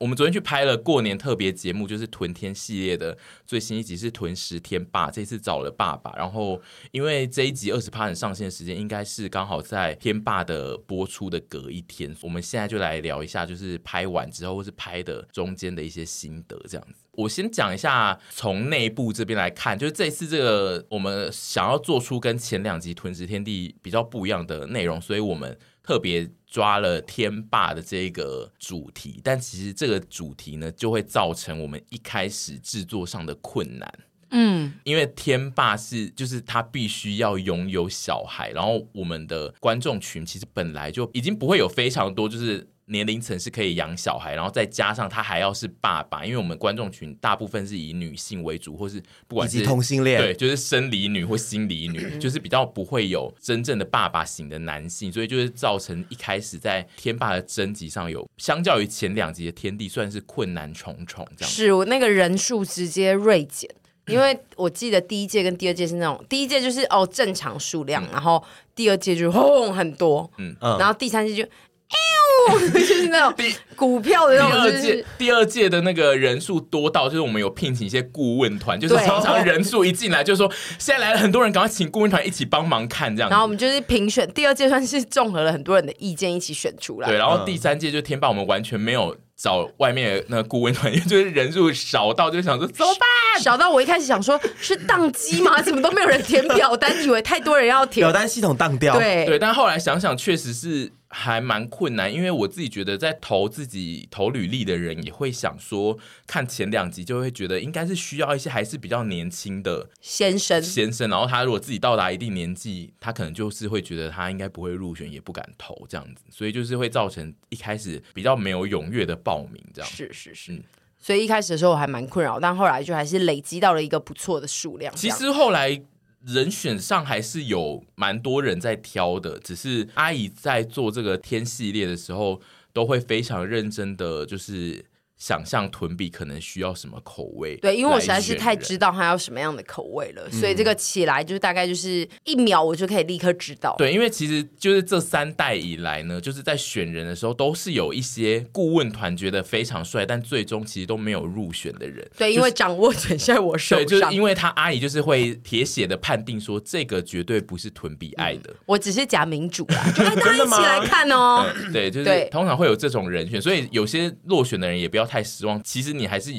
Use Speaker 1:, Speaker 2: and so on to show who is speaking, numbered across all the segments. Speaker 1: 我们昨天去拍了过年特别节目，就是屯天系列的最新一集是屯十天爸，这次找了爸爸。然后因为这一集二十趴人上线时间应该是刚好在天霸的播出的隔一天，我们现在就来聊一下，就是拍完之后或是拍的中间的一些心得这样子。我先讲一下从内部这边来看，就是这次这个我们想要做出跟前两集《吞食天地》比较不一样的内容，所以我们特别抓了天霸的这个主题。但其实这个主题呢，就会造成我们一开始制作上的困难。
Speaker 2: 嗯，
Speaker 1: 因为天霸是就是他必须要拥有小孩，然后我们的观众群其实本来就已经不会有非常多就是。年龄层是可以养小孩，然后再加上他还要是爸爸，因为我们观众群大部分是以女性为主，或是不
Speaker 3: 以
Speaker 1: 管
Speaker 3: 及
Speaker 1: 是
Speaker 3: 同性恋，
Speaker 1: 对，就是生理女或心理女，就是比较不会有真正的爸爸型的男性，所以就是造成一开始在天霸的征集上有，相较于前两集的天地，算是困难重重这样子。
Speaker 2: 是我那个人数直接锐减。因为我记得第一届跟第二届是那种，第一届就是哦正常数量，
Speaker 1: 嗯
Speaker 2: 然后第二届就轰很多，嗯，
Speaker 3: 嗯
Speaker 2: 然后第三届就，哎呦， 就是那种股票的
Speaker 1: 第
Speaker 2: 那种，
Speaker 1: 二
Speaker 2: 就
Speaker 1: 届嗯
Speaker 2: 是
Speaker 1: 第二届的那个人数多到，就是我们有聘请一些顾问团，就是
Speaker 2: 对
Speaker 1: 常常人数一进来就说现在来了很多人，赶快请顾问团一起帮忙看这样子。
Speaker 2: 然后我们就是评选，第二届算是综合了很多人的意见一起选出来。
Speaker 1: 对，啊然后第三届就天霸，我们完全没有找外面的那个顾问团，因为就是人数少到就想说走吧。
Speaker 2: 少到我一开始想说是宕机吗？怎么都没有人填表单，以为太多人要填
Speaker 3: 表。单系统当掉，，
Speaker 1: 对，
Speaker 2: 对，
Speaker 1: 但后来想想，确实是还蛮困难，因为我自己觉得在投自己投履历的人，也会想说，看前两集就会觉得应该是需要一些还是比较年轻的
Speaker 2: 先生，
Speaker 1: 先生，然后他如果自己到达一定年纪，他可能就是会觉得他应该不会入选，也不敢投这样子，所以就是会造成一开始比较没有踊跃的报名这样。
Speaker 2: 是是是。
Speaker 1: 嗯
Speaker 2: 所以一开始的时候我还蛮困扰，但后来就还是累积到了一个不错的数量。
Speaker 1: 其
Speaker 2: 这样，
Speaker 1: 实后来人选上还是有蛮多人在挑的，只是阿姨在做这个天系列的时候，都会非常认真的，就是想象屯比可能需要什么口味。
Speaker 2: 对，因为我实在是太知。道他要什么样的口味了，所以这个起来就是大概就是一秒我就可以立刻知道。，
Speaker 1: 对，因为其实就是这三代以来呢，就是在选人的时候，都是有一些顾问团觉得非常帅，但最终其实都没有入选的人。
Speaker 2: 对，因为掌握权在我手
Speaker 1: 对，就是
Speaker 2: 上，
Speaker 1: 因为他阿姨就是会铁血的判定说，这个绝对不是屯比爱的。
Speaker 2: 我只是假民主 啦，就哎大家
Speaker 3: 真的
Speaker 2: 一起
Speaker 3: 吗
Speaker 2: 来看哦。
Speaker 1: 对，就是
Speaker 2: 对
Speaker 1: 通常会有这种人选，所以有些落选的人也不要太失望。其实你还是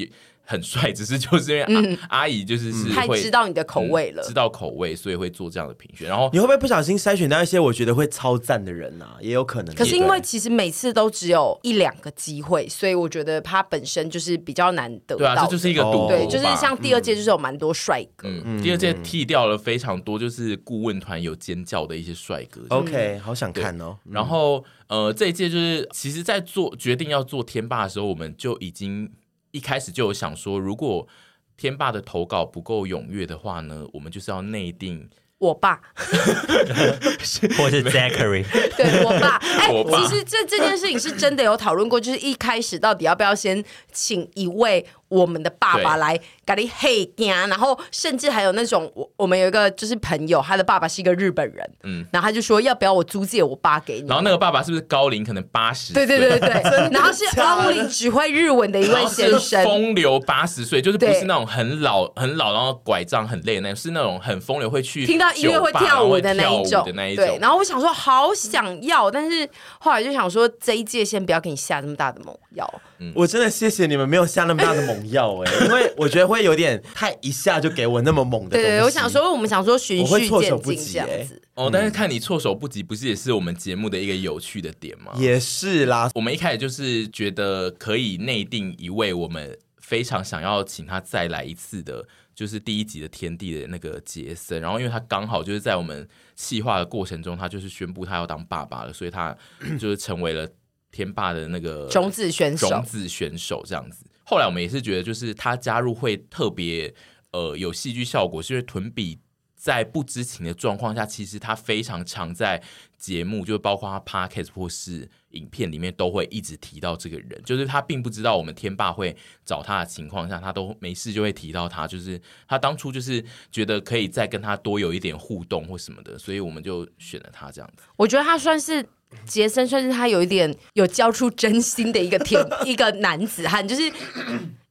Speaker 1: 很帅，只是就是因为阿,、阿姨就是是
Speaker 2: 嗯太
Speaker 1: 会
Speaker 2: 知道你的口味了
Speaker 1: 嗯知道口味，所以会做这样的评选。然后
Speaker 3: 你会不会不小心筛选到一些我觉得会超赞的人啊？也有可能。
Speaker 2: 可是
Speaker 3: 对
Speaker 2: 因
Speaker 3: 不对
Speaker 2: 为其实每次都只有一两个机会，所以我觉得它本身就是比较难得到
Speaker 1: 对
Speaker 2: 的。
Speaker 1: 啊，这就是一个赌博吧。
Speaker 2: 对，就是像第二届就是有蛮多帅哥，
Speaker 1: 嗯，第二届剃掉了非常多，就是顾问团有尖叫的一些帅哥。
Speaker 2: 嗯
Speaker 3: OK，好想看哦。
Speaker 1: 然后呃，这一届就是其实，在做决定要做天霸的时候，我们就已经一开始就有想说，如果天霸的投稿不够踊跃的话呢，我们就是要内定
Speaker 2: 我爸，
Speaker 4: 或是 Zachary，
Speaker 2: 对我 爸，哎、
Speaker 1: 我爸
Speaker 2: 其实这这件事情是真的有讨论过，就是一开始到底要不要先请一位我们的爸爸
Speaker 1: 对
Speaker 2: 来咖喱嘿呀，然后甚至还有那种我我们有一个就是朋友，他的爸爸是一个日本人，嗯，然后他就说要不要我租借我爸给你
Speaker 1: 然。后那个爸爸是不是高龄，可能八十？
Speaker 2: 对对对对对，然后是
Speaker 3: 假的
Speaker 2: only 只会日文的一位
Speaker 1: 然后
Speaker 2: 先
Speaker 1: 是
Speaker 2: 生，
Speaker 1: 风流八十岁，就是不是
Speaker 2: 对
Speaker 1: 那种很老很老，然后拐杖很累的那种，是那种很风流会去
Speaker 2: 听到音乐会
Speaker 1: 酒吧然
Speaker 2: 跳
Speaker 1: 后
Speaker 2: 舞
Speaker 1: 会
Speaker 2: 的那
Speaker 1: 跳舞
Speaker 2: 一种
Speaker 1: 的那一，
Speaker 2: 对
Speaker 1: 种。。
Speaker 2: 然后我想说好想要，但是后来就想说这一届先不要给你下这么大的猛药，
Speaker 3: 我真的谢谢你们没有下那么大的猛药哎、因为我觉得会有点太一下就给我那么猛的东
Speaker 2: 对
Speaker 3: 西。
Speaker 2: 对，我想，说我们想说循
Speaker 3: 我会
Speaker 2: 序
Speaker 3: 措手
Speaker 2: 渐
Speaker 3: 不
Speaker 2: 进
Speaker 3: 及
Speaker 2: 这样
Speaker 3: 欸
Speaker 2: 子。
Speaker 1: 哦，但是看你措手不及，不是也是我们节目的一个有趣的点吗？
Speaker 3: 也是啦，
Speaker 1: 我们一开始就是觉得可以内定一位我们非常想要请他再来一次的，就是第一集的天地的那个杰森。然后，因为他刚好就是在我们企划的过程中，他就是宣布他要当爸爸了，所以他就是成为了天霸的那个
Speaker 2: 种子选手
Speaker 1: 种子选手这样子。后来我们也是觉得，就是他加入会特别呃有戏剧效果，是因为屯比。在不知情的状况下，其实他非常常在节目，就包括他 podcast 或是影片里面都会一直提到这个人，就是他并不知道我们天霸会找他的情况下，他都没事就会提到他，就是他当初就是觉得可以再跟他多有一点互动或什么的，所以我们就选了他这样子。
Speaker 2: 我觉得他算是杰森，算是他有一点有交出真心的一个 挺一个男子汉，就是。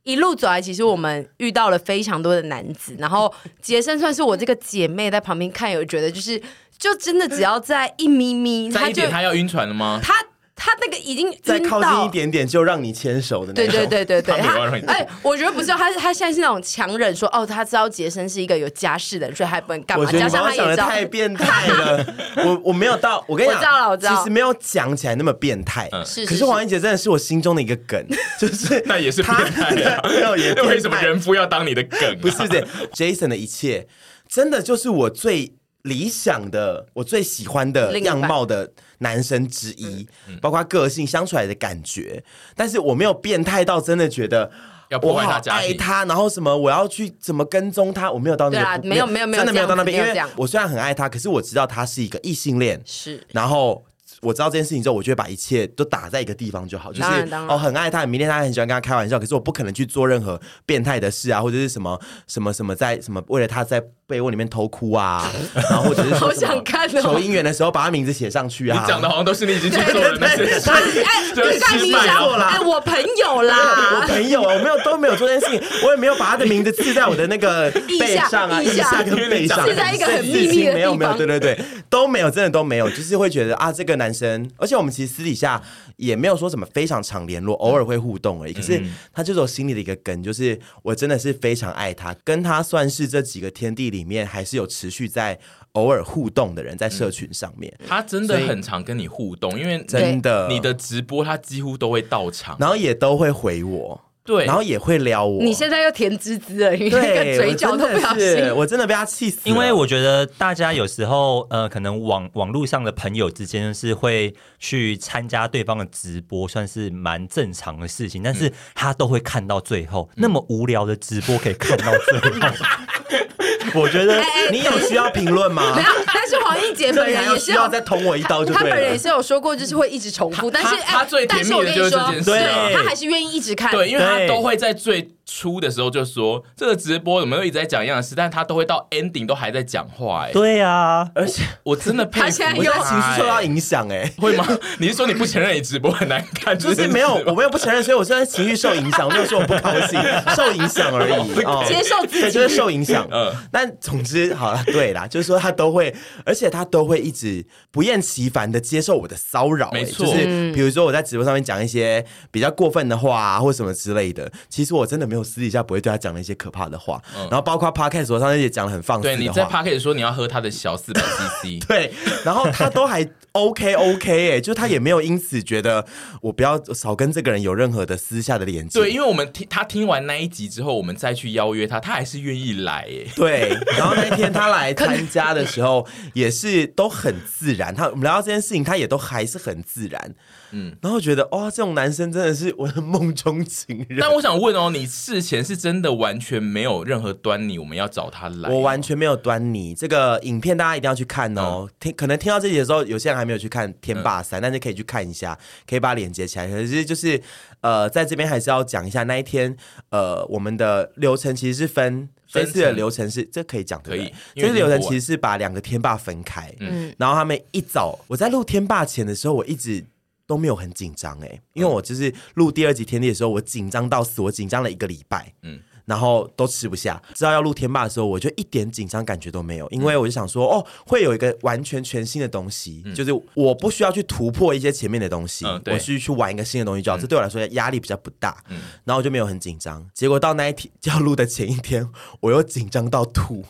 Speaker 2: 一路走来，其实我们遇到了非常多的男子，然后杰森算是我这个姐妹在旁边看，有觉得就是，就真的只要在一咪咪，
Speaker 1: 再
Speaker 2: 他
Speaker 1: 一
Speaker 2: 就
Speaker 1: 点，他要晕船了吗？
Speaker 2: 他他那个已经
Speaker 3: 再
Speaker 2: 晕
Speaker 3: 靠近
Speaker 2: 到
Speaker 3: 一，点点就让你牵手的那
Speaker 2: 对
Speaker 3: 种。
Speaker 2: 对对对 对，
Speaker 1: 他没有让你
Speaker 2: 哎，我觉得不是，他他现在是那种强忍说，哦，他知道杰森是一个有家室的人，所以他也不能干
Speaker 3: 我
Speaker 2: 嘛，
Speaker 3: 觉得
Speaker 2: 加
Speaker 3: 你
Speaker 2: 上
Speaker 3: 把
Speaker 2: 他
Speaker 3: 我
Speaker 2: 也
Speaker 3: 想的
Speaker 2: 知道，
Speaker 3: 太变 态了，我我没有到，我跟你讲，
Speaker 2: 我知道了我知道
Speaker 3: 其实没有讲起来那么变态，
Speaker 2: 是
Speaker 3: 可是黄英杰真的是我心中的一个梗，就是
Speaker 1: 嗯 那也是变
Speaker 3: 他
Speaker 1: 态啊
Speaker 3: 没有也变 态
Speaker 1: 为什么人夫要当你的梗、啊？
Speaker 3: 不 是的，Jason 的一切真的就是我最理想的、我最喜欢的
Speaker 2: 另一半嗯
Speaker 3: 样貌的男生之一，包括个性相处来的感觉。但是我没有变态到真的觉得。
Speaker 1: 要破
Speaker 3: 我
Speaker 1: 坏
Speaker 3: 好
Speaker 1: 他家
Speaker 3: 爱
Speaker 1: 庭
Speaker 3: 他，然后什么我要去怎么跟踪他，我没有到那
Speaker 2: 对啊
Speaker 3: 个不，
Speaker 2: 没有没有没有
Speaker 3: 真的没有到那边，因
Speaker 2: 这样子没有这嗯样
Speaker 3: 为我虽然很爱他，可是我知道他是一个异性恋，
Speaker 2: 是
Speaker 3: 然后我知道这件事情之后，我就会把一切都打在一个地方就好，就是
Speaker 2: 当然当然
Speaker 3: 哦，很爱他，很迷恋他，很喜欢跟他开玩笑，可是我不可能去做任何变态的事啊，或者是什么什么什么在什么为了他在被窝里面偷哭啊，然后或者是说
Speaker 2: 好
Speaker 3: 什么
Speaker 2: 想看哦
Speaker 3: 求姻缘的时候把他名字写上去
Speaker 1: 你
Speaker 3: 啊，
Speaker 1: 讲的好像都是你已经去做的那些事
Speaker 2: 他，哎，
Speaker 1: 这
Speaker 2: 你 看
Speaker 1: 失
Speaker 2: 你
Speaker 1: 败
Speaker 2: 想
Speaker 1: 了啦
Speaker 2: 哎，我朋友
Speaker 3: 我
Speaker 2: 啦，
Speaker 3: 朋友啊，我没有都没有做这件事情，我也没有把他的名字刺在我的 那个背上啊、
Speaker 2: 腋
Speaker 3: 腋下
Speaker 2: 下
Speaker 3: 跟背上，
Speaker 2: 刺在一个很秘密的地方
Speaker 3: 没有没有，对对对，都没有，真的都没有，就是会觉得啊，这个男生，而且我们其实私底下也没有说什么非常常联络，偶尔会互动而已。可
Speaker 2: 嗯
Speaker 3: 是他就是我心里的一个根，就是我真的是非常爱他，跟他算是这几个天地里面还是有持续在偶尔互动的人，在社群上面。
Speaker 2: 嗯
Speaker 1: 他真的很常跟你互动，因为
Speaker 3: 真的，
Speaker 1: 你的直播他几乎都会到场，
Speaker 3: 然后也都会回我，
Speaker 1: 对，
Speaker 3: 然后也会撩我。
Speaker 2: 你现在又甜滋滋了， 你那个
Speaker 3: 对，
Speaker 2: 嘴角都不小
Speaker 3: 我真的是，
Speaker 2: 心。
Speaker 3: 我真的被他气死了。
Speaker 4: 因 为我觉得大家有时候呃，可能网网络上的朋友之间是会去参加对方的直播，算是蛮正常的事情，但是他都会看到最后。那么无聊的直播可以看到最 后，我觉得
Speaker 3: 你有需要评论吗
Speaker 2: 哎没？有，但是黄奕杰
Speaker 3: 这
Speaker 2: 本
Speaker 3: 里
Speaker 2: 人也
Speaker 3: 还有
Speaker 2: 是
Speaker 3: 需
Speaker 2: 有
Speaker 3: 要，再捅我一刀就
Speaker 2: 他
Speaker 3: 对
Speaker 2: 本人
Speaker 3: 了
Speaker 2: 也。是有说过，就是会一直重复，但是
Speaker 1: 他
Speaker 2: 哎
Speaker 1: 最甜
Speaker 2: 但
Speaker 1: 蜜
Speaker 2: 是我
Speaker 1: 的
Speaker 2: 跟
Speaker 1: 就
Speaker 2: 你
Speaker 1: 是
Speaker 2: 说
Speaker 1: 这件，事啊
Speaker 2: 他还是愿意一直看，
Speaker 1: 对，因为他
Speaker 4: 对
Speaker 1: 都会在最初的时候就说这个直播怎么都一直在讲一样的事，但他都会到 ending 都还在讲话、哎，
Speaker 4: 对啊，
Speaker 3: 而且
Speaker 1: 我真的佩服
Speaker 2: 他现在
Speaker 3: 我
Speaker 2: 又
Speaker 3: 在
Speaker 1: 哎
Speaker 3: 情绪受到影响，哎，
Speaker 1: 会吗？你是说你不承认你直播很难看？
Speaker 3: 就是没有，我没有不承认，所以我现在情绪受影响，我没有说我不高兴，受影响而已。哦
Speaker 2: 接受自
Speaker 3: 对，
Speaker 2: 己
Speaker 3: 就。是受影响。
Speaker 1: 嗯
Speaker 3: 但总之好了，对啦，就是说他都会，而且他都会一直不厌其烦的接受我的骚扰、
Speaker 1: 没
Speaker 3: 欸
Speaker 1: 错
Speaker 2: 嗯
Speaker 3: 就是比如说我在直播上面讲一些比较过分的话、啊、或什么之类的，其实我真的没有私底下不会对他讲那些可怕的话。然后包括 podcast 我上次也讲的很放肆的
Speaker 1: 嗯对
Speaker 3: 话，
Speaker 1: 你在 p a c k e t 说你要喝他的小四百 CC，
Speaker 3: 对，然后他都 还 OK OK 哎、就他也没有因此觉得我不要少跟这个人有任何的私下的连接。
Speaker 1: 对，因为我们听他听完那一集之后，我们再去邀约他，他还是愿意来、哎，
Speaker 3: 对，然后那一天他来参加的时 候，也是都很自然。他我们聊到这件事情，他也都还是很自然。嗯，然后觉得哇、这种男生真的是我的梦中情人。
Speaker 1: 但我想问哦，你事前是真的完全没有任何端倪，我们要找他来？哦
Speaker 3: 我完。全没有端倪，这个影片大家一定要去看哦。
Speaker 1: 嗯
Speaker 3: 听可能听到这集的时候，有些人还没有去看《天霸三》，但是可以去看一下，可以把它连接起来。可是就是呃，在这边还是要讲一下那一天呃，我们的流程其实是分。这
Speaker 1: 分
Speaker 3: 次的
Speaker 1: 成
Speaker 3: 流程是，这可以讲对不对
Speaker 1: 可以因
Speaker 3: 这
Speaker 1: 为
Speaker 3: 次
Speaker 1: 已经
Speaker 3: 流程
Speaker 1: 播完
Speaker 3: 其实是把两个天霸分开，嗯
Speaker 2: 嗯，
Speaker 3: 然后他们一早我在录天霸前的时候，我一直都没有很紧张哎、因为我就是录第二集天地的时候，我紧张到死，我紧张了一个礼拜，嗯
Speaker 1: 嗯，
Speaker 3: 然后都吃不下。知道要录天霸的时候，我就一点紧张感觉都没有，因为我就想说，哦，会有一个完全全新的东西，就是我不需要去突破一些前面的东西，
Speaker 1: 嗯对嗯
Speaker 3: 我去去玩一个新的东西就好，这对我来说压力比较不大，然后我就没有很紧张。结果到那一天要录的前一天，我又紧张到吐。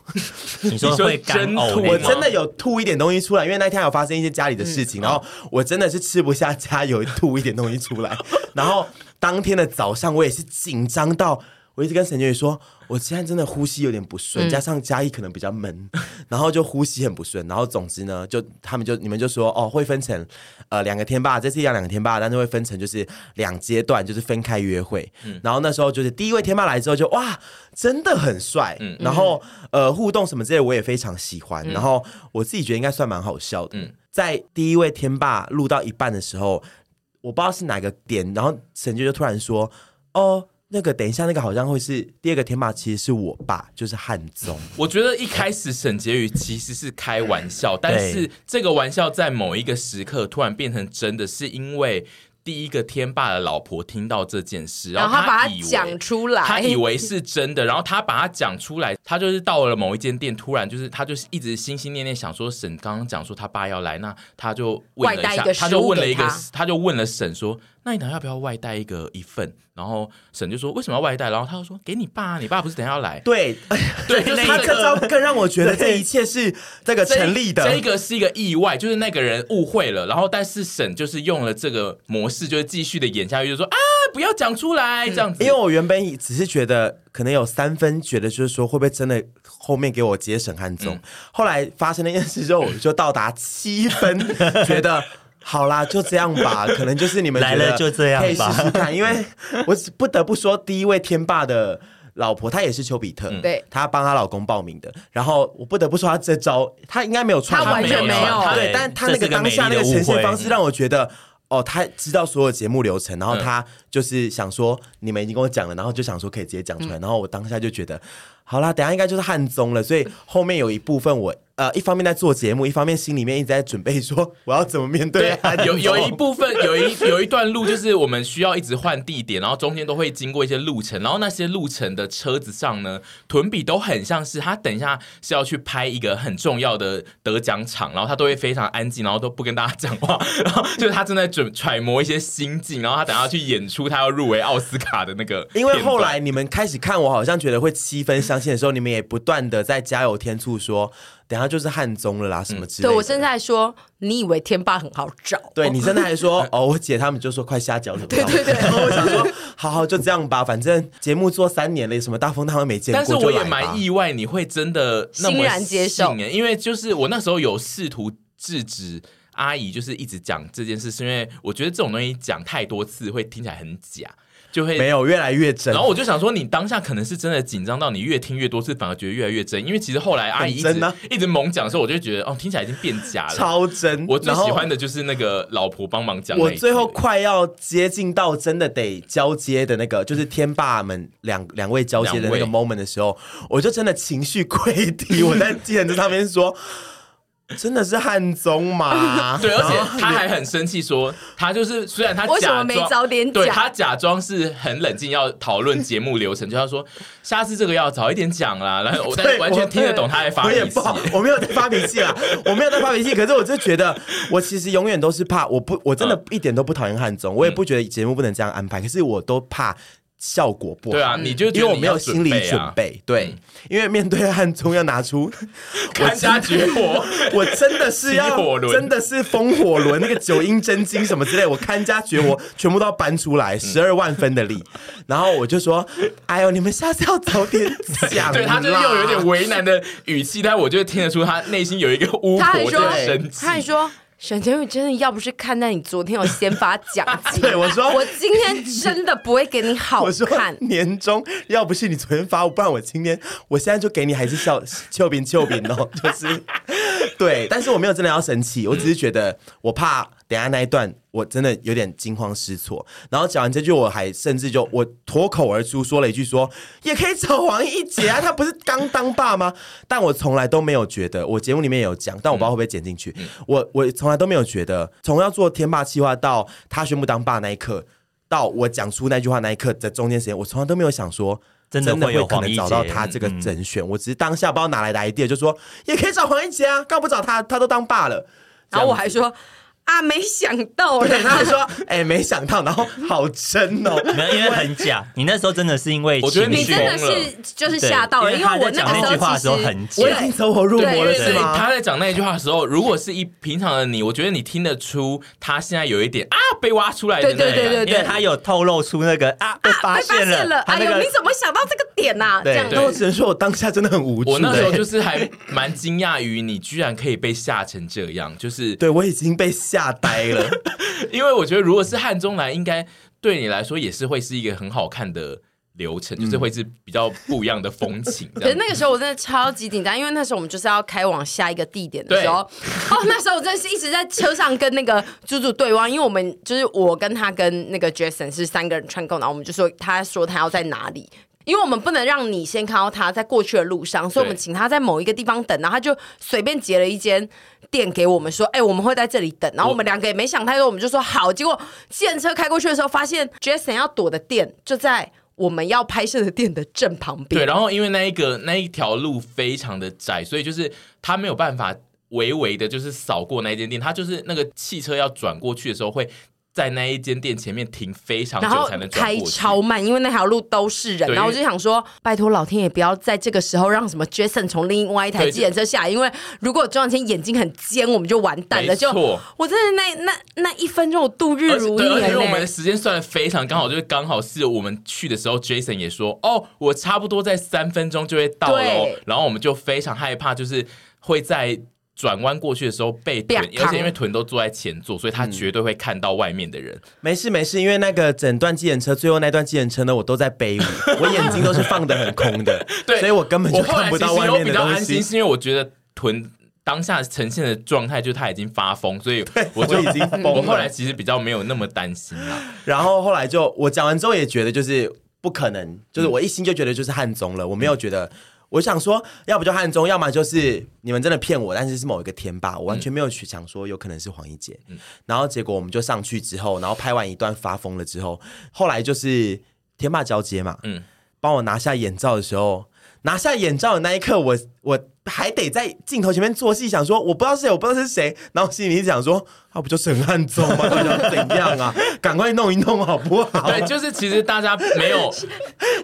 Speaker 4: 你说
Speaker 1: 你说
Speaker 4: 会干
Speaker 1: 真
Speaker 4: 呕
Speaker 1: 吐
Speaker 4: 那
Speaker 1: 吗
Speaker 3: 我
Speaker 4: 个
Speaker 3: 真的有吐一点东西出来，因为那天还有发生一些家里的事情，然后我真的是吃不下加油，吐一点东西出来。然后当天的早上，我也是紧张到我一直跟沈杰宇说，我现在真的呼吸有点不顺，加上嘉义可能比较闷，然后就呼吸很不顺，然后总之呢，就他们就你们就说哦，会分成呃两个天霸，这次一样两个天霸，但是会分成就是两阶段，就是分开约会。然后那时候就是第一位天霸来之后就哇，真的很帅，然后呃互动什么之类我也非常喜欢，然后我自己觉得应该算蛮好笑的。
Speaker 1: 嗯
Speaker 3: 在第一位天霸录到一半的时候，我不知道是哪个点，然后沈杰就突然说：“哦，那个等一下，那个好像会是第二个天霸，其实是我爸，就是汉宗。
Speaker 1: 我觉得一开始沈婕妤其实是开玩笑，但是这个玩笑在某一个时刻突然变成真的，是因为第一个天霸的老婆听到这件事，
Speaker 2: 然后
Speaker 1: 后
Speaker 2: 他把
Speaker 1: 她
Speaker 2: 它
Speaker 1: 以为
Speaker 2: 讲出来，
Speaker 1: 他以为是真的，然后他把它讲出来，他就是到了某一间店，突然就是他就是一直心心念念想说沈刚刚讲说他爸要来，那他就问了
Speaker 2: 外带
Speaker 1: 一
Speaker 2: 一
Speaker 1: 下，
Speaker 2: 个
Speaker 1: 他就问了一个
Speaker 2: 食物给他，
Speaker 1: 他就问了沈说，那你等下要不要外带一个一份？然后沈就说为什么要外带？然后他就说给你爸啊，你爸不是等一下要来？
Speaker 3: 对，
Speaker 1: 对，就是
Speaker 3: 他
Speaker 1: 这
Speaker 3: 这
Speaker 1: 个
Speaker 3: 招更让我觉得这一切是这个成立的。
Speaker 1: 这一个是一个意外，就是那个人误会了，然后但是沈就是用了这个模式，就是继续的演下去，就说啊不要讲出来这样子，
Speaker 3: 因为我原本只是觉得可能有三分觉得就是说会不会真的后面给我接沈汉宗，
Speaker 4: 嗯
Speaker 3: 后来发生那件事之后，我就到达七分，觉得。好啦，就这样吧，可能就是你们
Speaker 4: 来了
Speaker 3: 觉得
Speaker 4: 就这样吧
Speaker 3: 可以试试看。因为我不得不说，第一位天霸的老婆，她也是丘比特，
Speaker 4: 嗯
Speaker 2: 对
Speaker 3: 她帮她老公报名的。然后我不得不说，她这招她应该没有创，
Speaker 2: 她完全没有
Speaker 3: 对
Speaker 4: 对，
Speaker 3: 但她
Speaker 4: 这
Speaker 3: 那
Speaker 4: 是
Speaker 3: 个
Speaker 4: 个
Speaker 3: 当
Speaker 4: 美
Speaker 3: 下
Speaker 4: 丽
Speaker 3: 那个
Speaker 4: 的误
Speaker 3: 呈现
Speaker 4: 会
Speaker 3: 方式让我觉得。哦，他知道所有节目流程，
Speaker 1: 嗯
Speaker 3: 然后他就是想说、你们已经跟我讲了，然后就想说可以直接讲出来，
Speaker 1: 嗯
Speaker 3: 然后我当下就觉得，好啦，等一下应该就是汉宗了，所以后面有一部分我呃一方面在做节目，一方面心里面一直在准备说我要怎么面对汉宗
Speaker 1: 有有一部分有一有一段路，就是我们需要一直换地点，然后中间都会经过一些路程，然后那些路程的车子上呢，屯比都很像是他等一下是要去拍一个很重要的得奖场，然后他都会非常安静，然后都不跟大家讲话， 然后就是他正在准揣摩一些心境，然后他等一下去演出他要入围奥斯卡的那个片段，
Speaker 3: 因为后来你们开始看我好像觉得会七分相信的时候，你们也不断的在加油添醋说，等一下就是汉宗了啦什
Speaker 1: 嗯
Speaker 3: 么之类
Speaker 2: 对
Speaker 3: 的。
Speaker 2: 我甚至还说，你以为天霸很好找？
Speaker 3: 对你真的 还说哦，我姐他们就说快下脚了。
Speaker 2: 对对 对
Speaker 3: 然后我想说， 好好就这样吧，反正节目做三年了，有什么大风大浪没见过
Speaker 1: 但是我也
Speaker 3: 就来吧
Speaker 1: 蛮意外，你会真的那么
Speaker 2: 欣然接受
Speaker 1: 信耶因为就是我那时候有试图制止。阿姨就是一直讲这件事，是因为我觉得这种东西讲太多次会听起来很假，就会
Speaker 3: 没有越来越真
Speaker 1: 然。后我就想说，你当下可能是真的紧张到你越听越多次，反而觉得越来越真。因为其实后来阿姨一
Speaker 3: 很
Speaker 1: 直、
Speaker 3: 真啊
Speaker 1: 一直猛讲的时候，我就觉得哦，听起来已经变假了。
Speaker 3: 超真，
Speaker 1: 我最喜
Speaker 3: 然后
Speaker 1: 欢的就是那个老婆帮忙讲那一
Speaker 3: 我
Speaker 1: 句。
Speaker 3: 最后快要接近到真的得交接的那个，就是天霸们两两位交接的那个
Speaker 1: 两
Speaker 3: moment 的时候，我就真的情绪 溃堤。我在记者这上面说， 真的是汉宗吗？
Speaker 1: 对，而且
Speaker 3: 然后
Speaker 1: 他还很生气，说他就是虽然他
Speaker 2: 为什
Speaker 1: 假
Speaker 2: 么没
Speaker 1: 装
Speaker 2: 早点
Speaker 1: 对
Speaker 2: 讲
Speaker 1: 他假装是很冷静要讨论节目流程，就他说下次这个要早一点讲啦，然 后我但
Speaker 3: 对
Speaker 1: 完全
Speaker 3: 我
Speaker 1: 听得懂他在发
Speaker 3: 我
Speaker 1: 脾
Speaker 3: 也
Speaker 1: 气
Speaker 3: 不，好，我没有在发脾 气啦，我没有在发脾气。可是我就觉得， 我其实永远都是怕，我不，我真
Speaker 1: 嗯
Speaker 3: 的一点都不讨厌汉总，我也不觉得节目不能这样安排，可是我都怕效果不好。
Speaker 1: 对啊，你就觉
Speaker 3: 因
Speaker 1: 得
Speaker 3: 为我没有
Speaker 1: 你要
Speaker 3: 心理准
Speaker 1: 啊，
Speaker 3: 备，对，因为面对汉中要拿出，
Speaker 1: 看家绝活。
Speaker 3: 我真的是要
Speaker 1: 起火轮
Speaker 3: 真的是风火轮那个九阴真经什么之类，我看家绝活全部都要搬出
Speaker 1: 嗯
Speaker 3: 来，十二万分的力，然后我就说，哎呦，你们下次要早点 讲，
Speaker 1: 对他就是又有点。为难的语气，但我就听得出他内心有一个巫
Speaker 2: 他还
Speaker 1: 婆
Speaker 2: 说
Speaker 1: 在生，气
Speaker 2: 他。还说。沈天宇真的要不是看在你昨天有先发 奖金，
Speaker 3: 对我说
Speaker 2: 我今天真的不会给你好
Speaker 3: 我说。
Speaker 2: 看
Speaker 3: 年终要不是你昨天发我，不然我今天我现在就给你还是笑 秋饼秋饼哦，就是 对，但是我没有真的要生气，我只是觉得我怕等一下那一段我真的有点惊慌失措。然后讲完这句，我还甚至就我脱口而出说了一句说也可以找王一杰啊，他不是刚当爸吗？但我从来都没有觉得，我节目里面也有讲，但我不知道会不会剪进去。
Speaker 4: 嗯
Speaker 3: 我我从来都没有觉得，从要做天霸计划到他宣布当爸那一刻。到我讲出那句话那一刻的中间时间，我从来都没有想说
Speaker 4: 真的
Speaker 3: 的
Speaker 4: 会有
Speaker 3: 可
Speaker 4: 黄
Speaker 3: 能
Speaker 4: 一
Speaker 3: 找到
Speaker 4: 杰
Speaker 3: 他这个
Speaker 4: 嗯
Speaker 3: 人选，我只是当下不知道哪来的 idea，就说也可以找黄一杰啊，干嘛不找他？他都当爸了。
Speaker 2: 然后我还说，啊，没想到啦，
Speaker 3: 然后说， 哎、没想到，然后好真哦，
Speaker 4: 没有，因为很假。你那时候真的是因为
Speaker 1: 我觉得
Speaker 4: 情
Speaker 2: 你
Speaker 4: 绪
Speaker 2: 真的是就是吓到了，
Speaker 4: 对
Speaker 2: 因
Speaker 4: 因他
Speaker 2: 为
Speaker 4: 在
Speaker 2: 我那
Speaker 4: 讲
Speaker 2: 个
Speaker 4: 那句话的
Speaker 2: 时
Speaker 4: 时候
Speaker 2: 候其实
Speaker 4: 很
Speaker 3: 我
Speaker 4: 假
Speaker 3: 已。经走火入魔了，
Speaker 2: 对
Speaker 3: 哎是
Speaker 1: 对，
Speaker 3: 吗？
Speaker 1: 他在讲那一句话的时候，如果是一平常的你，我觉得你听得出他现在有一点啊被挖出来的那
Speaker 2: 对
Speaker 1: 个
Speaker 2: 对对对
Speaker 4: 因为
Speaker 2: 对，
Speaker 4: 他有透露出那个啊被发
Speaker 2: 被发
Speaker 4: 现
Speaker 2: 现了，
Speaker 4: 他
Speaker 2: 哎
Speaker 4: 那
Speaker 2: 呦，
Speaker 4: 个
Speaker 2: 你怎么想到这个点呐？这
Speaker 4: 对
Speaker 2: 样
Speaker 3: 那我只能说我当下真的很无助。
Speaker 1: 我那时候
Speaker 3: 对
Speaker 1: 就是还蛮惊讶于你居然可以被吓成这样，就是
Speaker 3: 对我已经被吓呆 了，
Speaker 1: 因为我觉得如果是汉中来，应该对你来说也是会是一个很好看的流程，就是会是比较不一样的风 情这
Speaker 2: 可是
Speaker 1: 样。
Speaker 2: 嗯那个时候我真的超级紧张，因为那时候我们就是要开往下一个地点的时候， 哦，那时候我真的是一直在车上跟那个猪猪对望，因为我们就是我跟他跟那个 Jason 是三个人串供，然后我们就说他说他要在哪里。因为我们不能让你先看到他在过去的路上，所以我们
Speaker 1: 对
Speaker 2: 请他在某一个地方等，然后他就随便截了一间店给我们说：“哎、我们会在这里等。”然后我们两个也没想太多，我们就说好。结果电车开过去的时候，发现 Jason 要躲的店就在我们要拍摄的店的正旁边。
Speaker 1: 对，然后因为那一个那一条路非常的窄，所以就是他没有办法微微的，就是扫过那间店，他就是那个汽车要转过去的时候会。在那一间店前面停非常
Speaker 2: 然
Speaker 1: 久
Speaker 2: 后
Speaker 1: 才能转
Speaker 2: 开
Speaker 1: 过去，
Speaker 2: 超慢，因为那条路都是人。
Speaker 1: 对
Speaker 2: 然后我
Speaker 1: 因
Speaker 2: 就
Speaker 1: 为
Speaker 2: 想说，拜托老天爷不要在这个时候让什么 Jason 从另外一台
Speaker 1: 对
Speaker 2: 计程车下来，因为如果庄两天眼睛很尖，我们就完蛋了。
Speaker 1: 没
Speaker 2: 就
Speaker 1: 错
Speaker 2: 我真的那那那一分钟我度日
Speaker 1: 而且
Speaker 2: 如
Speaker 1: 对，而且
Speaker 2: 年欸
Speaker 1: 因为我们
Speaker 2: 呢
Speaker 3: 欸
Speaker 1: 的。时间算的非常刚好，就是刚好是我们去的时候，Jason 也说，哦，我差不多在三分钟就会到了哦
Speaker 2: 对，
Speaker 1: 然后我们就非常害怕，就是会在。转弯过去的时候被臀，
Speaker 2: 被
Speaker 1: 而
Speaker 2: 扛
Speaker 1: 且因为臀都坐在前座，所以他绝对会看
Speaker 3: 嗯
Speaker 1: 到外面的人。
Speaker 3: 没事没事，因为那个整段计程车最后那段计程车呢，我都在背舞，我眼睛都是放的很空的，
Speaker 1: 对，
Speaker 3: 所以我根本就
Speaker 1: 我后来
Speaker 3: 看不到
Speaker 1: 其实
Speaker 3: 外
Speaker 1: 有
Speaker 3: 面
Speaker 1: 比
Speaker 3: 的
Speaker 1: 较
Speaker 3: 东
Speaker 1: 安心，
Speaker 3: 西。
Speaker 1: 是因为我觉得臀当下呈现的状态就是他已经发疯，所以我就
Speaker 3: 我已经
Speaker 1: 嗯
Speaker 3: 疯了
Speaker 1: 我后来其实比较没有那么担心啦。
Speaker 3: 然后后来就我讲完之后也觉得就是不可能，就是我一心就觉得就是汉中了，我没有觉得。我想说，要不就汉中，要么就是你们真的骗我，但是是某一个天霸，我完全没有去想说有可能是黄一杰。然后结果我们就上去之后，然后拍完一段发疯了之后，后来就是天霸交接嘛，
Speaker 1: 嗯
Speaker 3: 嗯，帮我拿下眼罩的时候，拿下眼罩的那一刻，我我还得在镜头前面做戏，想说我不知道是谁，我不知道是谁，然后心里一直想说，啊，不就是很汉中吗？到底要怎样啊？ 赶快弄一弄好不好？
Speaker 1: 对，就是其实大家没有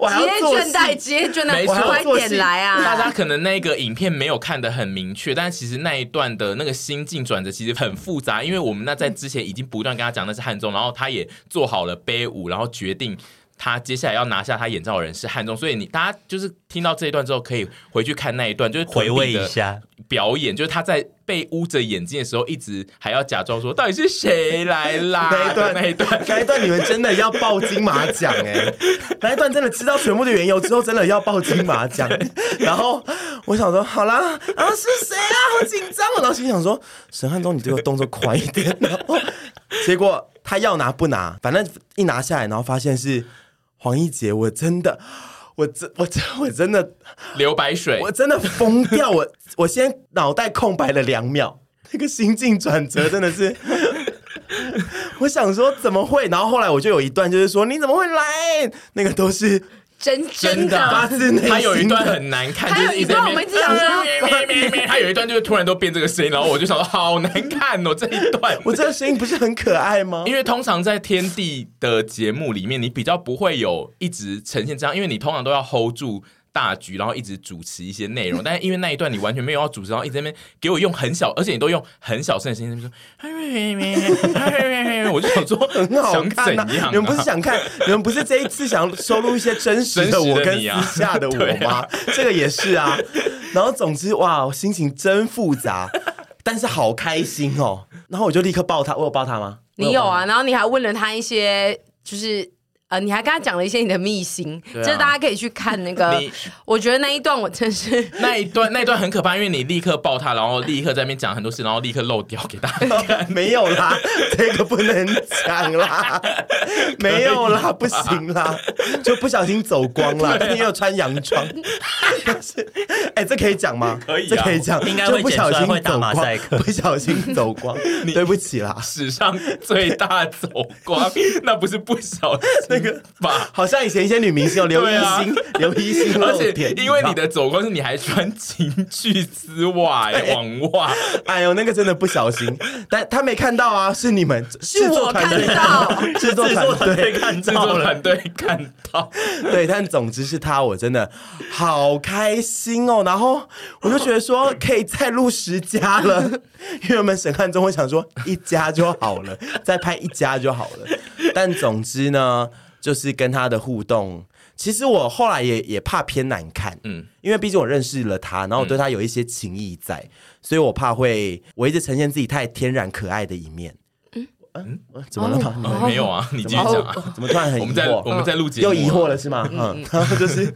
Speaker 3: 我还
Speaker 2: 职业
Speaker 3: 要做
Speaker 2: 倦
Speaker 3: 戏。
Speaker 2: 怠，职业倦
Speaker 1: 没
Speaker 2: 怠，
Speaker 1: 错
Speaker 2: 快点来
Speaker 1: 大家
Speaker 2: 啊！
Speaker 1: 可能那个影片没有看得很明确，但其实那一段的那个心境转折其实很复杂，因为我们那在之前已经不断跟他讲那是汉中，然后他也做好了杯舞，然后决定。他接下来要拿下他眼罩的人是汉中，所以你大家就是听到这一段之后，可以回去看那一段，就是屯
Speaker 4: 回
Speaker 1: 比
Speaker 4: 味一
Speaker 1: 的
Speaker 4: 下，
Speaker 1: 表演，就是他在被捂着眼睛的时候，一直还要假装说到底是谁来啦
Speaker 3: 那一段，
Speaker 1: 那一段，
Speaker 3: 那一段，你们真的要报金马奖哎、那一段真的知道全部的缘由之后，真的要报金马奖。然后我想说，好啦，然后是谁啊？好紧张哦。然后心想说，沈汉忠，你这个动作快一点。然后结果他要拿不拿，反正一拿下来，然后发现是黄奕杰，我真的。我真我真我真的
Speaker 1: 流白水
Speaker 3: 我。真的疯掉，我 我先脑袋空白了两秒，那个心境转折真的是， 我想说怎么会？然后后来我就有一段就是说你怎么会来？那个都是
Speaker 2: 真真
Speaker 3: 发
Speaker 2: 的，
Speaker 3: 自内心的。
Speaker 1: 他有一段很难看，
Speaker 2: 还
Speaker 1: 就
Speaker 2: 有
Speaker 1: 是一
Speaker 2: 一
Speaker 1: 直在
Speaker 2: 段
Speaker 1: 那边
Speaker 2: 我们一直想说，
Speaker 1: 咩咩咩他有一段就是突然都变这个声音，然后我就想说好难看哦这一段。
Speaker 3: 我这个声音不是很可爱吗？
Speaker 1: 因为通常在天地的节目里面，你比较不会有一直呈现这样，因为你通常都要 hold 住大局，然后一直主持一些内容。但是因为那一段你完全没有要主持，然后一直在那边给我用很小，而且你都用很小声的声音在那边说，我就想说
Speaker 3: 很好
Speaker 1: 想
Speaker 3: 看
Speaker 1: 怎
Speaker 3: 呐、
Speaker 1: 样、啊？
Speaker 3: 你们不是想看？你们不是这一次想收录一些真实 的
Speaker 1: 真实的
Speaker 3: 我跟
Speaker 1: 你啊
Speaker 3: 私 下的我
Speaker 1: 对
Speaker 3: 吗？
Speaker 1: 啊
Speaker 3: 这个也是啊。然后总之哇，我心情真复杂，但是好开心哦。然后我就立刻抱他，我有抱他吗？
Speaker 2: 你有
Speaker 1: 嗯
Speaker 2: 啊？然后你还问了他一些，就是呃，你还跟他讲了一些你的秘辛，
Speaker 1: 对
Speaker 2: 就
Speaker 1: 啊
Speaker 2: 是大家可以去看那个
Speaker 1: 你。
Speaker 2: 我觉得那一段我真是。
Speaker 1: 那一段那一段很可怕，因为你立刻抱他，然后立刻在那边讲很多事，然后立刻漏掉给大家。
Speaker 3: 没有啦，这个不能讲啦，没有啦，不行啦，就不小心走光啦。今天又穿洋装， 但是哎、这可以讲吗？
Speaker 1: 可以啊
Speaker 3: 这可以讲，
Speaker 4: 应该
Speaker 3: 就
Speaker 4: 会
Speaker 3: 不小
Speaker 4: 剪出来
Speaker 3: 心
Speaker 4: 会打
Speaker 3: 走
Speaker 4: 马
Speaker 3: 光
Speaker 4: 赛 克，
Speaker 3: 不小心走光，对不起啦。
Speaker 1: 史上最大走光，那不是不小心，天 吧。
Speaker 3: 好像以前一些女明星有刘一
Speaker 1: 对啊
Speaker 3: 星，刘一星
Speaker 1: 而
Speaker 3: 露
Speaker 1: 且
Speaker 3: 点，
Speaker 1: 因为
Speaker 3: 知道
Speaker 1: 你的走光是你还穿情趣丝袜、欸、网 袜，
Speaker 3: 哎呦，那个真的不小心，但他没看到啊，是你们
Speaker 2: 是
Speaker 3: 制
Speaker 2: 我
Speaker 3: 作团
Speaker 2: 看
Speaker 3: 队
Speaker 2: 到，
Speaker 3: 制作团队。
Speaker 4: 队看
Speaker 1: 制作团队看到，
Speaker 3: 对，但总之是他，我真的好开心哦。然后我就觉得说，可以再录十家了， 因为我们审判中会想说一家就好了，再拍一家就好了。但总之呢，就是跟他的互动，其实我后来也也怕偏难看，嗯
Speaker 1: 嗯，
Speaker 3: 因为毕竟我认识了他，然后我对他有一些情谊在，所以我怕会我一直呈现自己太天然可爱的一面。嗯，嗯怎么了吗？
Speaker 1: 呃没有啊，你继续讲啊。
Speaker 3: 怎么突然哦很疑惑？
Speaker 1: 我们在我们在录节目，啊
Speaker 3: 又疑惑了。是吗？嗯， 然后就是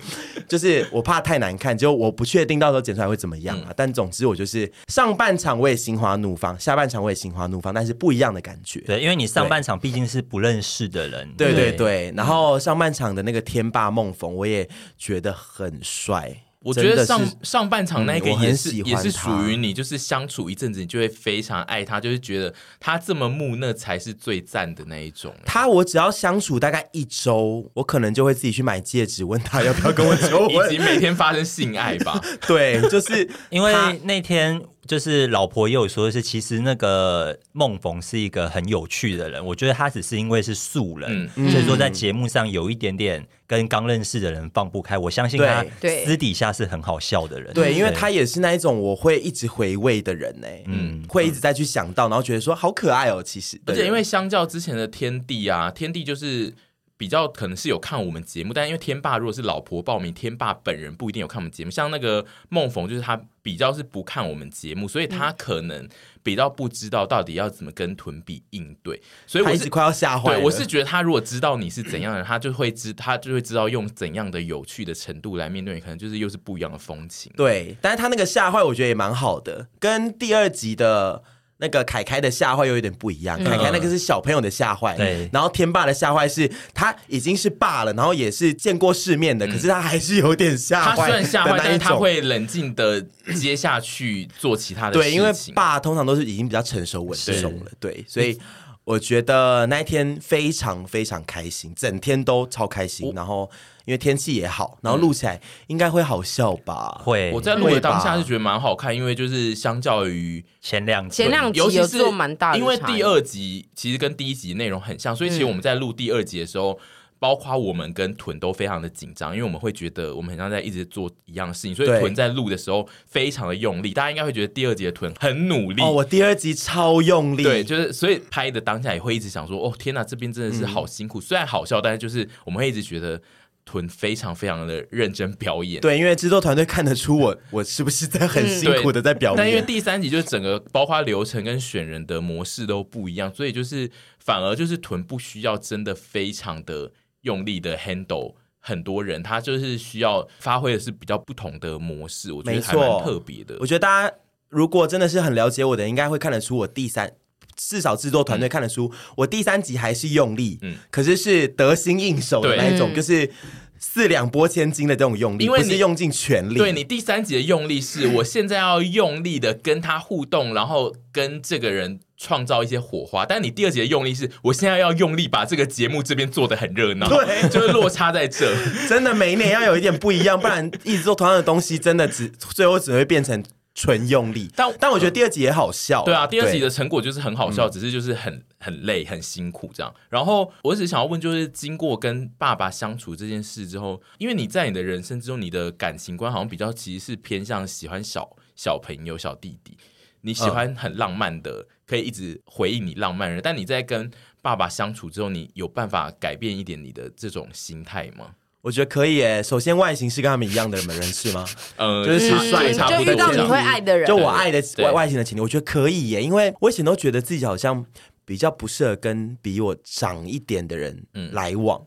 Speaker 3: 就是我怕太难看，就我不确定到时候剪出来会怎么样啊。
Speaker 1: 嗯
Speaker 3: 但总之我就是上半场我也心花怒放，下半场我也心花怒放，但是不一样的感觉。
Speaker 4: 对，因为你上半场毕竟是不认识的人，
Speaker 3: 对对，对，然后上半场的那个天霸梦逢，我也觉得很帅。
Speaker 1: 我觉得
Speaker 3: 真
Speaker 1: 上
Speaker 3: 的是
Speaker 1: 上半场那个
Speaker 3: 嗯我很
Speaker 1: 也是、
Speaker 3: 喜欢
Speaker 1: 也
Speaker 3: 他
Speaker 1: 是属于你，就是相处一阵子，你就会非常爱他，就是觉得他这么木讷才是最赞的那一种。
Speaker 3: 他，我只要相处大概一周，我可能就会自己去买戒指，问他要不要跟 我 求
Speaker 1: 以及
Speaker 3: 婚。
Speaker 1: 每天发生性爱吧，
Speaker 3: 对，就是
Speaker 4: 因为那天就是老婆也有说是，其实那个孟逢是一个很有趣的人，我觉得他只是因为是素人，所以说在节目上有一点点跟刚认识的人放不开，我相信他
Speaker 2: 对
Speaker 4: 私底下是很好笑的人，
Speaker 3: 对，因为
Speaker 1: 嗯
Speaker 3: 他也是那一种我会一直回味的人呢、嗯，会一直再去想到，然后觉得说好可爱哦，其实。
Speaker 1: 而
Speaker 3: 对
Speaker 1: 且因为相较之前的天地啊，天地就是。比较可能是有看我们节目，但因为天霸如果是老婆报名，天霸本人不一定有看我们节目。像那个孟逢，就是他比较是不看我们节目，所以
Speaker 3: 嗯
Speaker 1: 他可能比较不知道到底要怎么跟屯比应对。所以
Speaker 3: 他
Speaker 1: 我
Speaker 3: 一
Speaker 1: 是
Speaker 3: 直快要吓坏了。
Speaker 1: 对，我是觉得他如果知道你是怎样的人，他就会知他就会知道用怎样的有趣的程度来面对你，可能就是又是不一样的风情。
Speaker 3: 对，但是他那个吓坏，我觉得也蛮好的，跟第二集的。那个凯凯的吓坏又有点不一样，
Speaker 1: 嗯
Speaker 3: 凯凯那个是小朋友的吓坏，
Speaker 4: 对
Speaker 3: 然后天霸的吓坏是他已经是爸了，然后也是见过世面的，可是他还是有点吓
Speaker 1: 嗯他
Speaker 3: 坏，
Speaker 1: 虽然吓坏，但是他
Speaker 3: 种。
Speaker 1: 会冷静的接下去做其他的事
Speaker 3: 对，
Speaker 1: 情。
Speaker 3: 因为爸通常都是已经比较成熟稳重了，对，所以我觉得那一天非常非常开心，整天都超开心。然后因为天气也好，然后录起来应该会好笑吧？哦
Speaker 4: 会
Speaker 1: 我在录的当下
Speaker 3: 会吧
Speaker 1: 是觉得蛮好看，因为就是相较于，
Speaker 4: 前两集
Speaker 2: 前两集
Speaker 1: 尤其
Speaker 2: 嗯有
Speaker 1: 是
Speaker 2: 做蛮大的
Speaker 1: 因为
Speaker 2: 差异
Speaker 1: 第二集其实跟第一集内容很像，所以其实我们在录第二集的时
Speaker 3: 嗯
Speaker 1: 候。包括我们跟屯都非常的紧张，因为我们会觉得我们很像在一直做一样的事情，所以
Speaker 3: 对
Speaker 1: 屯在录的时候非常的用力。大家应该会觉得第二集的屯很努力，
Speaker 3: 哦，我第二集超用力，
Speaker 1: 对，就是所以拍的当下也会一直想说，哦天哪，这边真
Speaker 3: 嗯
Speaker 1: 的是好辛苦。虽然好笑，但是就是我们会一直觉得屯非常非常的认真表演。
Speaker 3: 对因为制作团队看得出我我是不是在很辛苦的在表
Speaker 1: 嗯但因为
Speaker 3: 演。
Speaker 1: 第三集就是整个包括流程跟选人的模式都不一样，所以就是反而就是臀不需要真的非常的用力的 handle 很多人，他就是需要发挥的是比较不同的模式，我觉
Speaker 3: 没
Speaker 1: 得还
Speaker 3: 错
Speaker 1: 蛮特别的
Speaker 3: 我。觉得大家如果真的是很了解我的，应该会看得出我第三。至少制作团队看得出，我第三集还是用力，
Speaker 1: 嗯
Speaker 3: 可是是得心应手
Speaker 1: 对
Speaker 3: 的那一种，
Speaker 2: 嗯
Speaker 3: 就是四两拨千斤的这种用力，
Speaker 1: 因为
Speaker 3: 不
Speaker 1: 你
Speaker 3: 是用尽全力。
Speaker 1: 对你第三集的用力是，我现在要用力的跟他互动，然后跟这个人创造一些火花。但你第二集的用力是，我现在要用力把这个节目这边做的很热闹，
Speaker 3: 对
Speaker 1: 就是落差在这。
Speaker 3: 真的每一年要有一点不一样，不然一直做同样的东西，真的只最后只会变成纯用力。
Speaker 1: 但嗯
Speaker 3: 但我觉得第二集也好笑，
Speaker 1: 对啊，第二集的成果就是很好笑，只是就是很很累、很辛苦这样。然后我只想要问，就是经过跟爸爸相处这件事之后，因为你在你的人生之中，你的感情观好像比较其实是偏向喜欢小小朋友、小弟弟，你喜欢很浪漫的，可以一直回应你浪漫的人。但你在跟爸爸相处之后，你有办法改变一点你的这种心态吗？
Speaker 3: 我觉得可以耶。首先外形是跟他们一样的人是吗？
Speaker 1: 呃，
Speaker 3: 就是
Speaker 1: 差
Speaker 3: 帅
Speaker 1: 对
Speaker 3: 差
Speaker 1: 不
Speaker 2: 就
Speaker 1: 多
Speaker 2: 遇到
Speaker 1: 这
Speaker 2: 你
Speaker 1: 样
Speaker 2: 会爱的人，
Speaker 3: 就我爱的
Speaker 1: 对
Speaker 3: 外外形的情侣，我觉得可以耶，因为我以前都觉得自己好像比较不适合跟比我长一点的人
Speaker 2: 嗯
Speaker 3: 来往。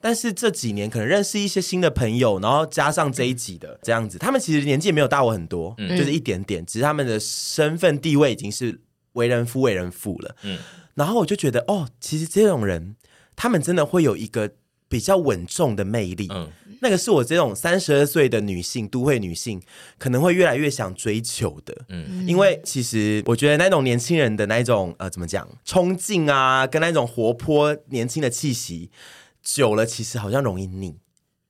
Speaker 3: 但是这几年可能认识一些新的朋友，然后加上这一集的这样子，他们其实年纪也没有大我很多，
Speaker 2: 嗯
Speaker 3: 就是一点点，只是他们的身份地位已经是为人夫为人父了。嗯
Speaker 1: 嗯，
Speaker 3: 然后我就觉得哦，其实这种人，他们真的会有一个比较稳重的魅力。
Speaker 1: 嗯，
Speaker 3: 那个是我这种三十二岁的女性，都会女性可能会越来越想追求的。嗯，因为其实我觉得那种年轻人的那一种呃，怎么讲，冲劲啊，跟那种活泼年轻的气息。久了其实好像容易腻。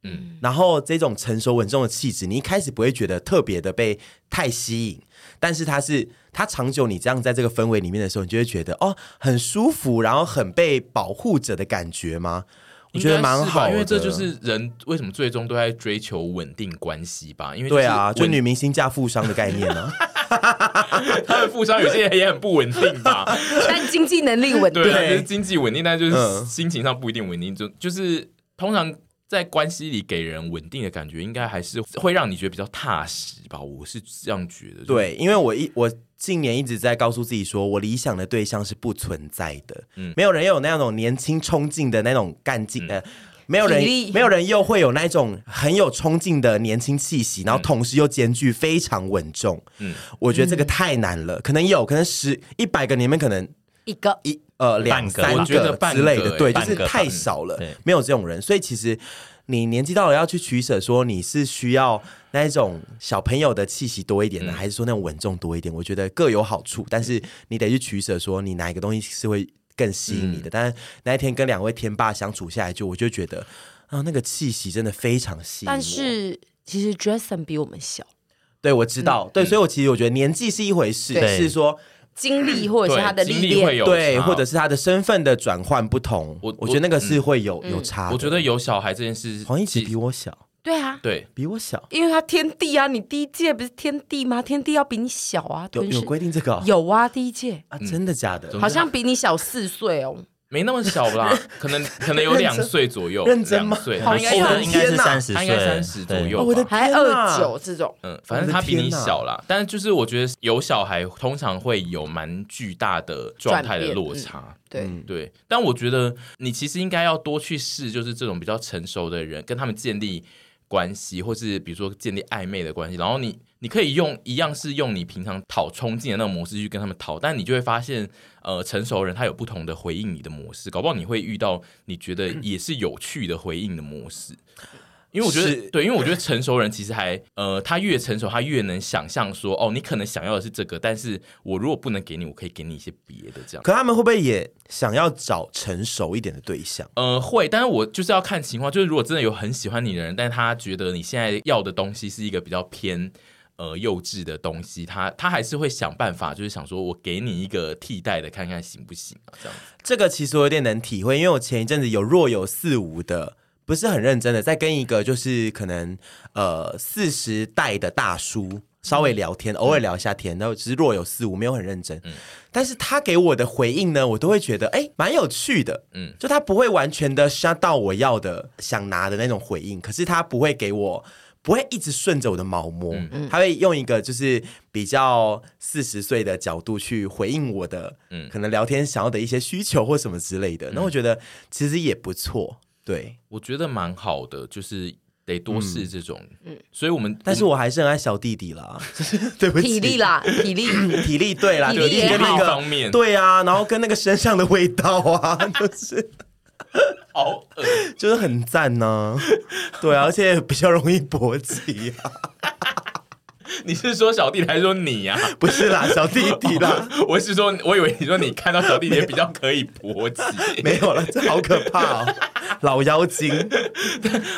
Speaker 1: 嗯
Speaker 3: 嗯，然后这种成熟稳重的气质，你一开始不会觉得特别的被太吸引，但是它是它长久你这样在这个氛围里面的时候，你就会觉得哦很舒服，然后很被保护着的感觉吗？我觉得蛮
Speaker 1: 应该是吧
Speaker 3: 好的，
Speaker 1: 因为这就是人为什么最终都在追求稳定关系吧，因为
Speaker 3: 对啊，
Speaker 1: 就
Speaker 3: 就是女
Speaker 1: 稳
Speaker 3: 明星嫁富商的概念 呢、啊。
Speaker 1: 他们富商有些人也很不稳定 吧，
Speaker 2: 但经济能力稳定
Speaker 1: 对，，他就是经济稳定，但就是
Speaker 3: 嗯
Speaker 1: 心情上不一定稳定，就就是通常。在关系里给人稳定的感觉，应该还是会让你觉得比较踏实吧，我是这样觉得。就是
Speaker 3: 对，因为我一我近年一直在告诉自己说，我理想的对象是不存在的，
Speaker 1: 嗯
Speaker 3: 没有人有那种年轻冲劲的那种干劲的。呃没有人
Speaker 2: 体力，
Speaker 3: 没有人又会有那种很有冲劲的年轻气息，然后同时又兼具非常稳重。
Speaker 1: 嗯
Speaker 3: 嗯，我觉得这个太难了，可能有可能十一百个里面可能
Speaker 2: 一个
Speaker 3: 一呃两
Speaker 4: 半个
Speaker 3: 三
Speaker 4: 我
Speaker 1: 觉得
Speaker 3: 个
Speaker 1: 半
Speaker 3: 之类
Speaker 1: 个
Speaker 3: 的
Speaker 1: 欸，
Speaker 3: 对，就
Speaker 4: 半
Speaker 3: 是
Speaker 4: 个
Speaker 3: 太
Speaker 4: 吧
Speaker 3: 少了
Speaker 4: 对，
Speaker 3: 没有这种人，所以其实你年纪到了要去取舍，说你是需要那一种小朋友的气息多一点呢，
Speaker 1: 嗯
Speaker 3: 还是说那种稳重多一点？我觉得各有好处，但是你得去取舍，说你哪一个东西是会更吸引你
Speaker 1: 嗯
Speaker 3: 的。但是那一天跟两位天霸相处下来，就我就觉得啊，那个气息真的非常吸引我。
Speaker 2: 但是其实 Jason 比我们小，
Speaker 3: 对我知
Speaker 1: 嗯
Speaker 3: 道，对，所以我其实我觉得年纪是一回事，
Speaker 4: 对
Speaker 3: 是说
Speaker 2: 经历或者
Speaker 1: 对，
Speaker 2: 是他的
Speaker 1: 经
Speaker 2: 历
Speaker 1: 历会
Speaker 2: 练，
Speaker 1: 有
Speaker 3: 对，
Speaker 1: 差
Speaker 3: 或者是他的身份的转换不同，
Speaker 1: 我
Speaker 3: 我
Speaker 1: 我嗯
Speaker 3: 觉得那个是会有
Speaker 2: 嗯
Speaker 3: 有差的。
Speaker 1: 我觉得有小孩这件事，
Speaker 3: 黄奕琪
Speaker 1: 其
Speaker 3: 比我小，
Speaker 2: 对啊，
Speaker 1: 对
Speaker 3: 比我小，
Speaker 2: 因为他天地啊，你第一届不是天地吗？天地要比你小啊，
Speaker 3: 有
Speaker 2: 吞噬
Speaker 3: 有规定这个哦、
Speaker 2: 有啊，第一届
Speaker 3: 啊？真的假的
Speaker 1: 嗯？
Speaker 2: 好像比你小四岁哦，
Speaker 1: 没那么小 啦，可能可能有两岁左右，
Speaker 3: 认真吗
Speaker 1: 两岁，
Speaker 3: 好
Speaker 1: 他
Speaker 3: 像
Speaker 1: 应
Speaker 4: 我
Speaker 1: 该是
Speaker 4: 记得应该是
Speaker 3: 天哪
Speaker 4: 三十
Speaker 1: 他
Speaker 4: 岁，
Speaker 1: 应该30左
Speaker 4: 对
Speaker 1: 右
Speaker 3: 哦我的
Speaker 2: 还
Speaker 3: 天哪
Speaker 2: 二九这种，
Speaker 1: 嗯，反正他比你小啦，但是就是我觉得有小孩通常会有蛮巨大的状态的落差。
Speaker 2: 对，
Speaker 3: 嗯
Speaker 1: 对，但我觉得你其实应该要多去试，就是这种比较成熟的人，跟他们建立关系，或是比如说建立暧昧的关系，然后你你可以用一样是用你平常讨冲劲的那种模式去跟他们讨，但你就会发现，呃，成熟人他有不同的回应你的模式，搞不好你会遇到你觉得也是有趣的回应的模式。因为我觉得
Speaker 3: 是
Speaker 1: 对，因为我觉得成熟人其实还呃，他越成熟，他越能想象说，哦，你可能想要的是这个，但是我如果不能给你，我可以给你一些别的这样。
Speaker 3: 可他们会不会也想要找成熟一点的对象？
Speaker 1: 呃，会，但是我就是要看情况，就是如果真的有很喜欢你的人，但是他觉得你现在要的东西是一个比较偏呃幼稚的东西，他他还是会想办法，就是想说我给你一个替代的，看看行不行啊，这样子。
Speaker 3: 这个其实我有点能体会，因为我前一阵子有若有似无的，不是很认真的在跟一个就是可能呃四十代的大叔稍微聊天，偶尔聊一下天，然后只是若有似无，没有很认真。但是他给我的回应呢，我都会觉得哎蛮有趣的，
Speaker 1: 嗯
Speaker 3: 嗯，就他不会完全的杀到我要的想拿的那种回应，可是他不会给我。不会一直顺着我的毛摸，
Speaker 1: 嗯
Speaker 2: 嗯
Speaker 3: 他会用一个就是比较四十岁的角度去回应我的，
Speaker 1: 嗯
Speaker 3: 可能聊天想要的一些需求或什么之类的。那我觉得其实也不错，对。
Speaker 1: 我觉得蛮好的，就是得多试这种。所以我们
Speaker 3: 嗯但是我还是很爱小弟弟啦， 对不起，
Speaker 2: 体力，啦，体力，
Speaker 3: 体力对啦，
Speaker 2: 体
Speaker 1: 对
Speaker 2: 力也
Speaker 1: 另
Speaker 3: 跟那
Speaker 1: 一
Speaker 3: 个
Speaker 1: 方面，
Speaker 3: 对啊，然后跟那个身上的味道啊， 就是
Speaker 1: 好恶
Speaker 3: 就是很赞呢、对啊，而且比较容易勃起啊，
Speaker 1: 你是说小弟还是说你呀、
Speaker 3: 不是啦，小弟弟 啦，
Speaker 1: 我是说，我以为你说你看到小弟也比较可以勃起。
Speaker 3: 没有了，这好可怕哦，老妖精。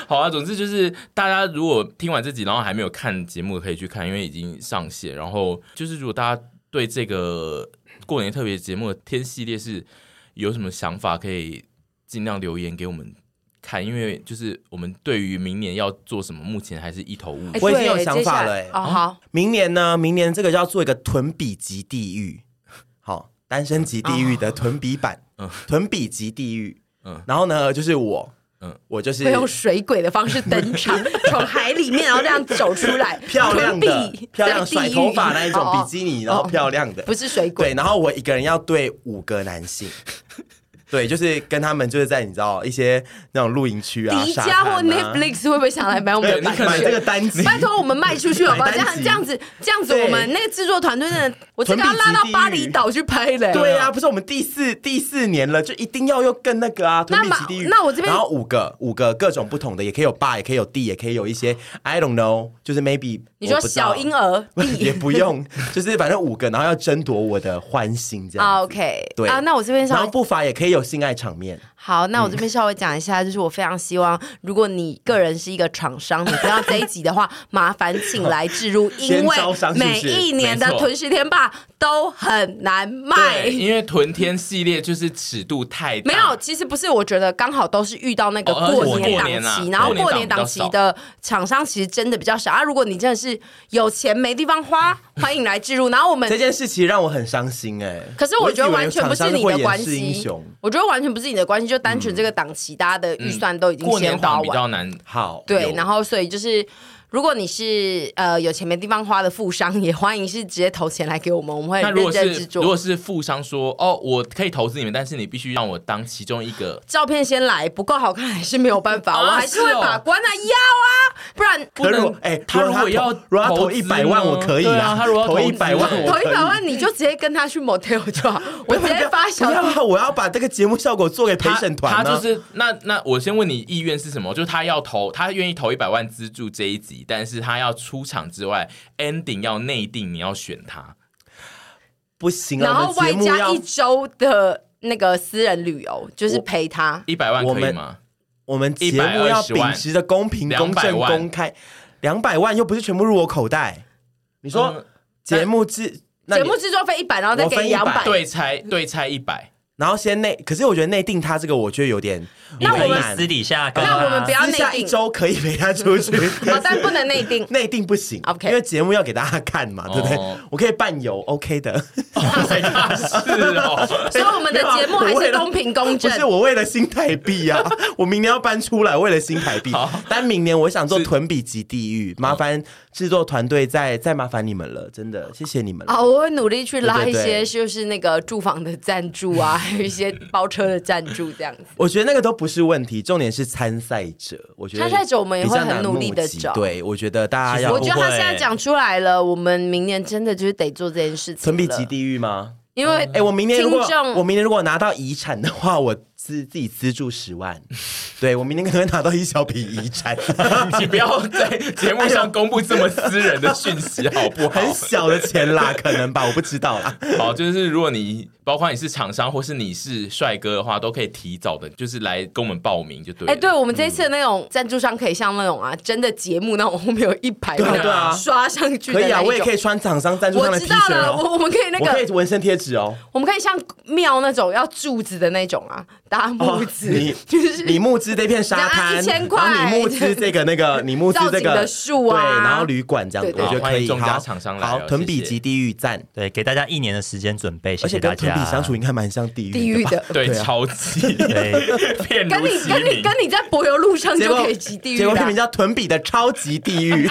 Speaker 1: 好啊，总之就是大家如果听完这集，然后还没有看节目，可以去看，因为已经上线。然后就是如果大家对这个过年特别节目的天系列是有什么想法，可以尽量留言给我们看，因为就是我们对于明年要做什么，目前还是一头雾
Speaker 2: 哎
Speaker 1: 水。
Speaker 3: 我已经有
Speaker 2: 对
Speaker 3: 想
Speaker 2: 接
Speaker 3: 法
Speaker 2: 下
Speaker 3: 了
Speaker 2: 来
Speaker 3: 哎
Speaker 2: 哦，好，
Speaker 3: 明年呢？明年这个要做一个屯比级地狱，好，单身级地狱的屯比版，
Speaker 1: 嗯
Speaker 3: 屯比级地狱，
Speaker 1: 嗯
Speaker 3: 嗯，然后呢，就是我，
Speaker 1: 嗯
Speaker 3: 嗯，我就是
Speaker 2: 会用水鬼的方式登 场，从海里面然后这样走出来，
Speaker 3: 漂亮的
Speaker 2: 吞笔、
Speaker 3: 漂亮甩头发那一种
Speaker 2: 哦哦
Speaker 3: 比基尼，然后漂亮的，
Speaker 2: 不是水鬼
Speaker 3: 对，，然后我一个人要对五个男性。对，就是跟他们就是在你知道一些那种露营区啊，
Speaker 2: 迪
Speaker 3: 沙
Speaker 2: 迦或
Speaker 3: 滩啊
Speaker 2: Netflix 会不会想来买我们
Speaker 3: 对
Speaker 2: 的版
Speaker 3: 你可能这
Speaker 2: 权
Speaker 3: 个？单集，
Speaker 2: 拜托，我们卖出去好不好？这
Speaker 3: 买单
Speaker 2: 样
Speaker 3: 集
Speaker 2: 这样子，这样子，
Speaker 3: 对
Speaker 2: 我们那个制作团队真的我这个要
Speaker 3: 唇笔直
Speaker 2: 拉到
Speaker 3: 地狱
Speaker 2: 巴厘岛去拍嘞、
Speaker 3: 对啊，不是我们第四第四年了，就一定要又更那个啊，
Speaker 2: 那
Speaker 3: 屯比
Speaker 2: 么
Speaker 3: 奇地狱。
Speaker 2: 那我这边
Speaker 3: 然后五个五个各种不同的，也可以有爸，也可以有弟，也可以有一些 I don't know，就是 maybe
Speaker 2: 你说
Speaker 3: 我不知道
Speaker 2: 小婴儿
Speaker 3: 也不用，就是反正五个，然后要争夺我的欢心这样。
Speaker 2: 啊，OK，
Speaker 3: 对
Speaker 2: 啊，那我这边
Speaker 3: 然
Speaker 2: 稍
Speaker 3: 后
Speaker 2: 微
Speaker 3: 不嗯乏也可以有性爱场面，
Speaker 2: 好，那我这边稍微讲一下，就是我非常希望，如果你个人是一个厂商，你听到这一集的话，麻烦请来置入，因
Speaker 3: 先
Speaker 2: 为
Speaker 3: 招商是不
Speaker 2: 每
Speaker 3: 是
Speaker 2: 一年的
Speaker 1: 没错
Speaker 2: 屯食天霸都很难卖
Speaker 1: 对，。因为屯天系列就是尺度太大
Speaker 2: 没有，其实不是，我觉得刚好都是遇到那个
Speaker 1: 啊哦而且
Speaker 2: 过
Speaker 1: 是
Speaker 2: 年
Speaker 1: 过
Speaker 2: 档
Speaker 1: 年啊
Speaker 2: 期，然后过
Speaker 1: 过
Speaker 2: 年
Speaker 1: 年档
Speaker 2: 档
Speaker 1: 比
Speaker 2: 期
Speaker 1: 较少
Speaker 2: 的厂商其实真的比较少啊。如果你真的是有钱没地方花，欢迎来置入。然后我们
Speaker 3: 这件事情让我很伤心哎、
Speaker 2: 可是我觉得完全不是你的关
Speaker 3: 我以为厂商会掩饰英
Speaker 2: 系
Speaker 3: 雄，
Speaker 2: 我觉得完全不是你的关系，就单纯这个档期大家的预算都已
Speaker 1: 嗯
Speaker 2: 经
Speaker 1: 过
Speaker 2: 先
Speaker 1: 年
Speaker 2: 花
Speaker 1: 档比
Speaker 2: 完。
Speaker 1: 较难。
Speaker 3: 好，
Speaker 2: 对，
Speaker 3: 有
Speaker 2: 然后所以就是，如果你是呃有钱没地方花的富商，也欢迎是直接投钱来给我们，我们会
Speaker 1: 那
Speaker 2: 很
Speaker 1: 如
Speaker 2: 哎认
Speaker 1: 果
Speaker 2: 真制
Speaker 1: 是如果
Speaker 2: 作。
Speaker 1: 是富商说哦，我可以投资你们，但是你必须让我当其中一个，
Speaker 2: 照片先来，不够好看还是没有办法，
Speaker 1: 啊
Speaker 2: 我还是
Speaker 1: 是
Speaker 2: 会
Speaker 1: 哦
Speaker 2: 把关啊，要啊，不然
Speaker 1: 不
Speaker 3: 可是
Speaker 1: 能
Speaker 3: 如果哎
Speaker 1: 他
Speaker 3: 如
Speaker 1: 如
Speaker 3: 果他
Speaker 1: 果要
Speaker 3: 投如果他投
Speaker 1: 投资
Speaker 3: 100
Speaker 1: 呢
Speaker 3: 万我可以啦
Speaker 1: 对啊，他如果要
Speaker 3: 投
Speaker 1: 投
Speaker 3: 100万
Speaker 1: 资
Speaker 2: 投一
Speaker 3: 我可以
Speaker 2: 百万你就直接跟他去 motel 就 好，我直接发小
Speaker 3: 不。要啊，我要把这个节目效果做给陪审团、
Speaker 1: 他
Speaker 3: 啊
Speaker 1: 他就是那那我先问你意愿是什么？就是他要投，他愿意投一百万资助这一集，但是他要出场之外，ending 要内定，你要选他。
Speaker 3: 不行啊，
Speaker 2: 然后
Speaker 3: 我们
Speaker 2: 外
Speaker 3: 节目
Speaker 2: 加
Speaker 3: 要
Speaker 2: 一周的那个私人旅游，就是陪他。
Speaker 1: 一百万
Speaker 3: 我
Speaker 1: 可以
Speaker 3: 们
Speaker 1: 吗？
Speaker 3: 我们节目要
Speaker 1: 120万
Speaker 3: 秉持着公平、公正、
Speaker 1: 200万
Speaker 3: 公开，两百万又不是全部入我口袋。你
Speaker 1: 你
Speaker 3: 说节目制，那
Speaker 2: 哎节
Speaker 3: 你
Speaker 2: 目制作费一百，然后再
Speaker 3: 我
Speaker 2: 给
Speaker 3: 分
Speaker 2: 你两
Speaker 3: 100
Speaker 2: 百，
Speaker 1: 对拆对拆一百，
Speaker 3: 然后先内，可是我觉得内定他这个，我觉得有点
Speaker 2: 那我们
Speaker 3: 为
Speaker 4: 私
Speaker 3: 难
Speaker 4: 底下跟
Speaker 2: 那我们
Speaker 4: 他
Speaker 2: 不要
Speaker 3: 啊私
Speaker 2: 内
Speaker 3: 下一
Speaker 2: 定，
Speaker 3: 周可以陪他 出去，
Speaker 2: 好，但不能内 定。
Speaker 3: 内定不行
Speaker 2: OK
Speaker 3: 因为节目要给大家看嘛，对不对
Speaker 1: 哦？
Speaker 3: 我可以伴游，OK 的。
Speaker 1: 是哦，
Speaker 2: 所以我们的节目还
Speaker 3: 没有啊我为
Speaker 2: 是
Speaker 3: 了
Speaker 2: 公平公
Speaker 3: 啊不
Speaker 2: 正。
Speaker 3: 是我为了新台币啊，我明年要搬出来，为了新台币。但明年我想做屯比级地狱，麻烦制作团队再再麻烦你们了，真的谢谢你们了。
Speaker 2: 好，啊我会努力去拉一
Speaker 3: 对
Speaker 2: 些
Speaker 3: 对
Speaker 2: 就是那个住房的赞助啊，还有一些包车的赞助这样子。
Speaker 3: 我觉得那个都不是问题，重点是参赛者。我觉得
Speaker 2: 参赛者我们也会很努力地
Speaker 3: 比较难募集
Speaker 2: 找
Speaker 3: 对，我觉得大家
Speaker 4: 其实
Speaker 3: 要
Speaker 2: 我觉得他
Speaker 4: 不会
Speaker 2: 现在讲出来了，我们明年真的就是得做这件事情
Speaker 3: 屯比
Speaker 2: 了
Speaker 3: 级地狱吗？
Speaker 2: 因为
Speaker 3: 哎、我明年如果
Speaker 2: 嗯听众
Speaker 3: 我明年如果拿到遗产的话，我自自己资助十 万。对我明年可能会拿到一小笔遗产，
Speaker 1: 你不要在节目上公布这么私人的讯息，好不好
Speaker 3: 很？小的钱啦，可能吧，我不知道啦。
Speaker 1: 好，就是如果你包括你是厂商或是你是帅哥的话，都可以提早的，就是来跟我们报名就对了。
Speaker 2: 哎、对我们这次的那种赞助商可以像那种啊，真的节目那种后面有一排
Speaker 3: 嗯对啊对啊
Speaker 2: 刷上去的
Speaker 3: 可以
Speaker 2: 那
Speaker 3: 啊，
Speaker 2: 一种。
Speaker 3: 我也可以穿厂商赞助商
Speaker 2: 我
Speaker 3: 的
Speaker 2: 知
Speaker 3: T
Speaker 2: 道
Speaker 3: 恤
Speaker 2: 了，
Speaker 3: 哦。
Speaker 2: 我我们可以那
Speaker 3: 我可以
Speaker 2: 个，
Speaker 3: 纹身贴纸哦。
Speaker 2: 我们可以像庙那种要柱子的那种啊，搭木子，
Speaker 3: 哦你
Speaker 2: 就是
Speaker 3: 你募资这片沙
Speaker 2: 然
Speaker 3: 滩，
Speaker 2: 后一千块
Speaker 3: 然后你募资这个 那个，你募资这
Speaker 2: 造景
Speaker 3: 个
Speaker 2: 的树啊
Speaker 3: 对，然后旅馆这样，
Speaker 2: 对
Speaker 3: 我
Speaker 2: 对
Speaker 3: 觉得
Speaker 1: 好
Speaker 3: 可
Speaker 1: 欢
Speaker 3: 以。
Speaker 1: 迎众家
Speaker 3: 好
Speaker 1: 厂商来
Speaker 3: 好，
Speaker 1: 哦
Speaker 3: 屯
Speaker 1: 谢
Speaker 3: 比
Speaker 1: 谢
Speaker 3: 级地狱站，
Speaker 4: 对给大家一年的时间准备，谢
Speaker 3: 而
Speaker 4: 谢
Speaker 3: 且
Speaker 4: 大
Speaker 3: 跟屯
Speaker 4: 家。
Speaker 3: 比相处应该蛮像地狱
Speaker 2: 地狱
Speaker 3: 吧
Speaker 2: 的。
Speaker 1: 对，
Speaker 3: 对啊
Speaker 1: 超级
Speaker 4: 对，
Speaker 1: 骗
Speaker 2: 跟
Speaker 1: 如
Speaker 2: 你
Speaker 1: 其
Speaker 2: 跟你
Speaker 1: 名。
Speaker 2: 跟你在柏油路上
Speaker 3: 结
Speaker 2: 就
Speaker 3: 果
Speaker 2: 可以骑地狱
Speaker 3: 结果
Speaker 2: 啦
Speaker 3: 片名叫《屯比的超级地狱》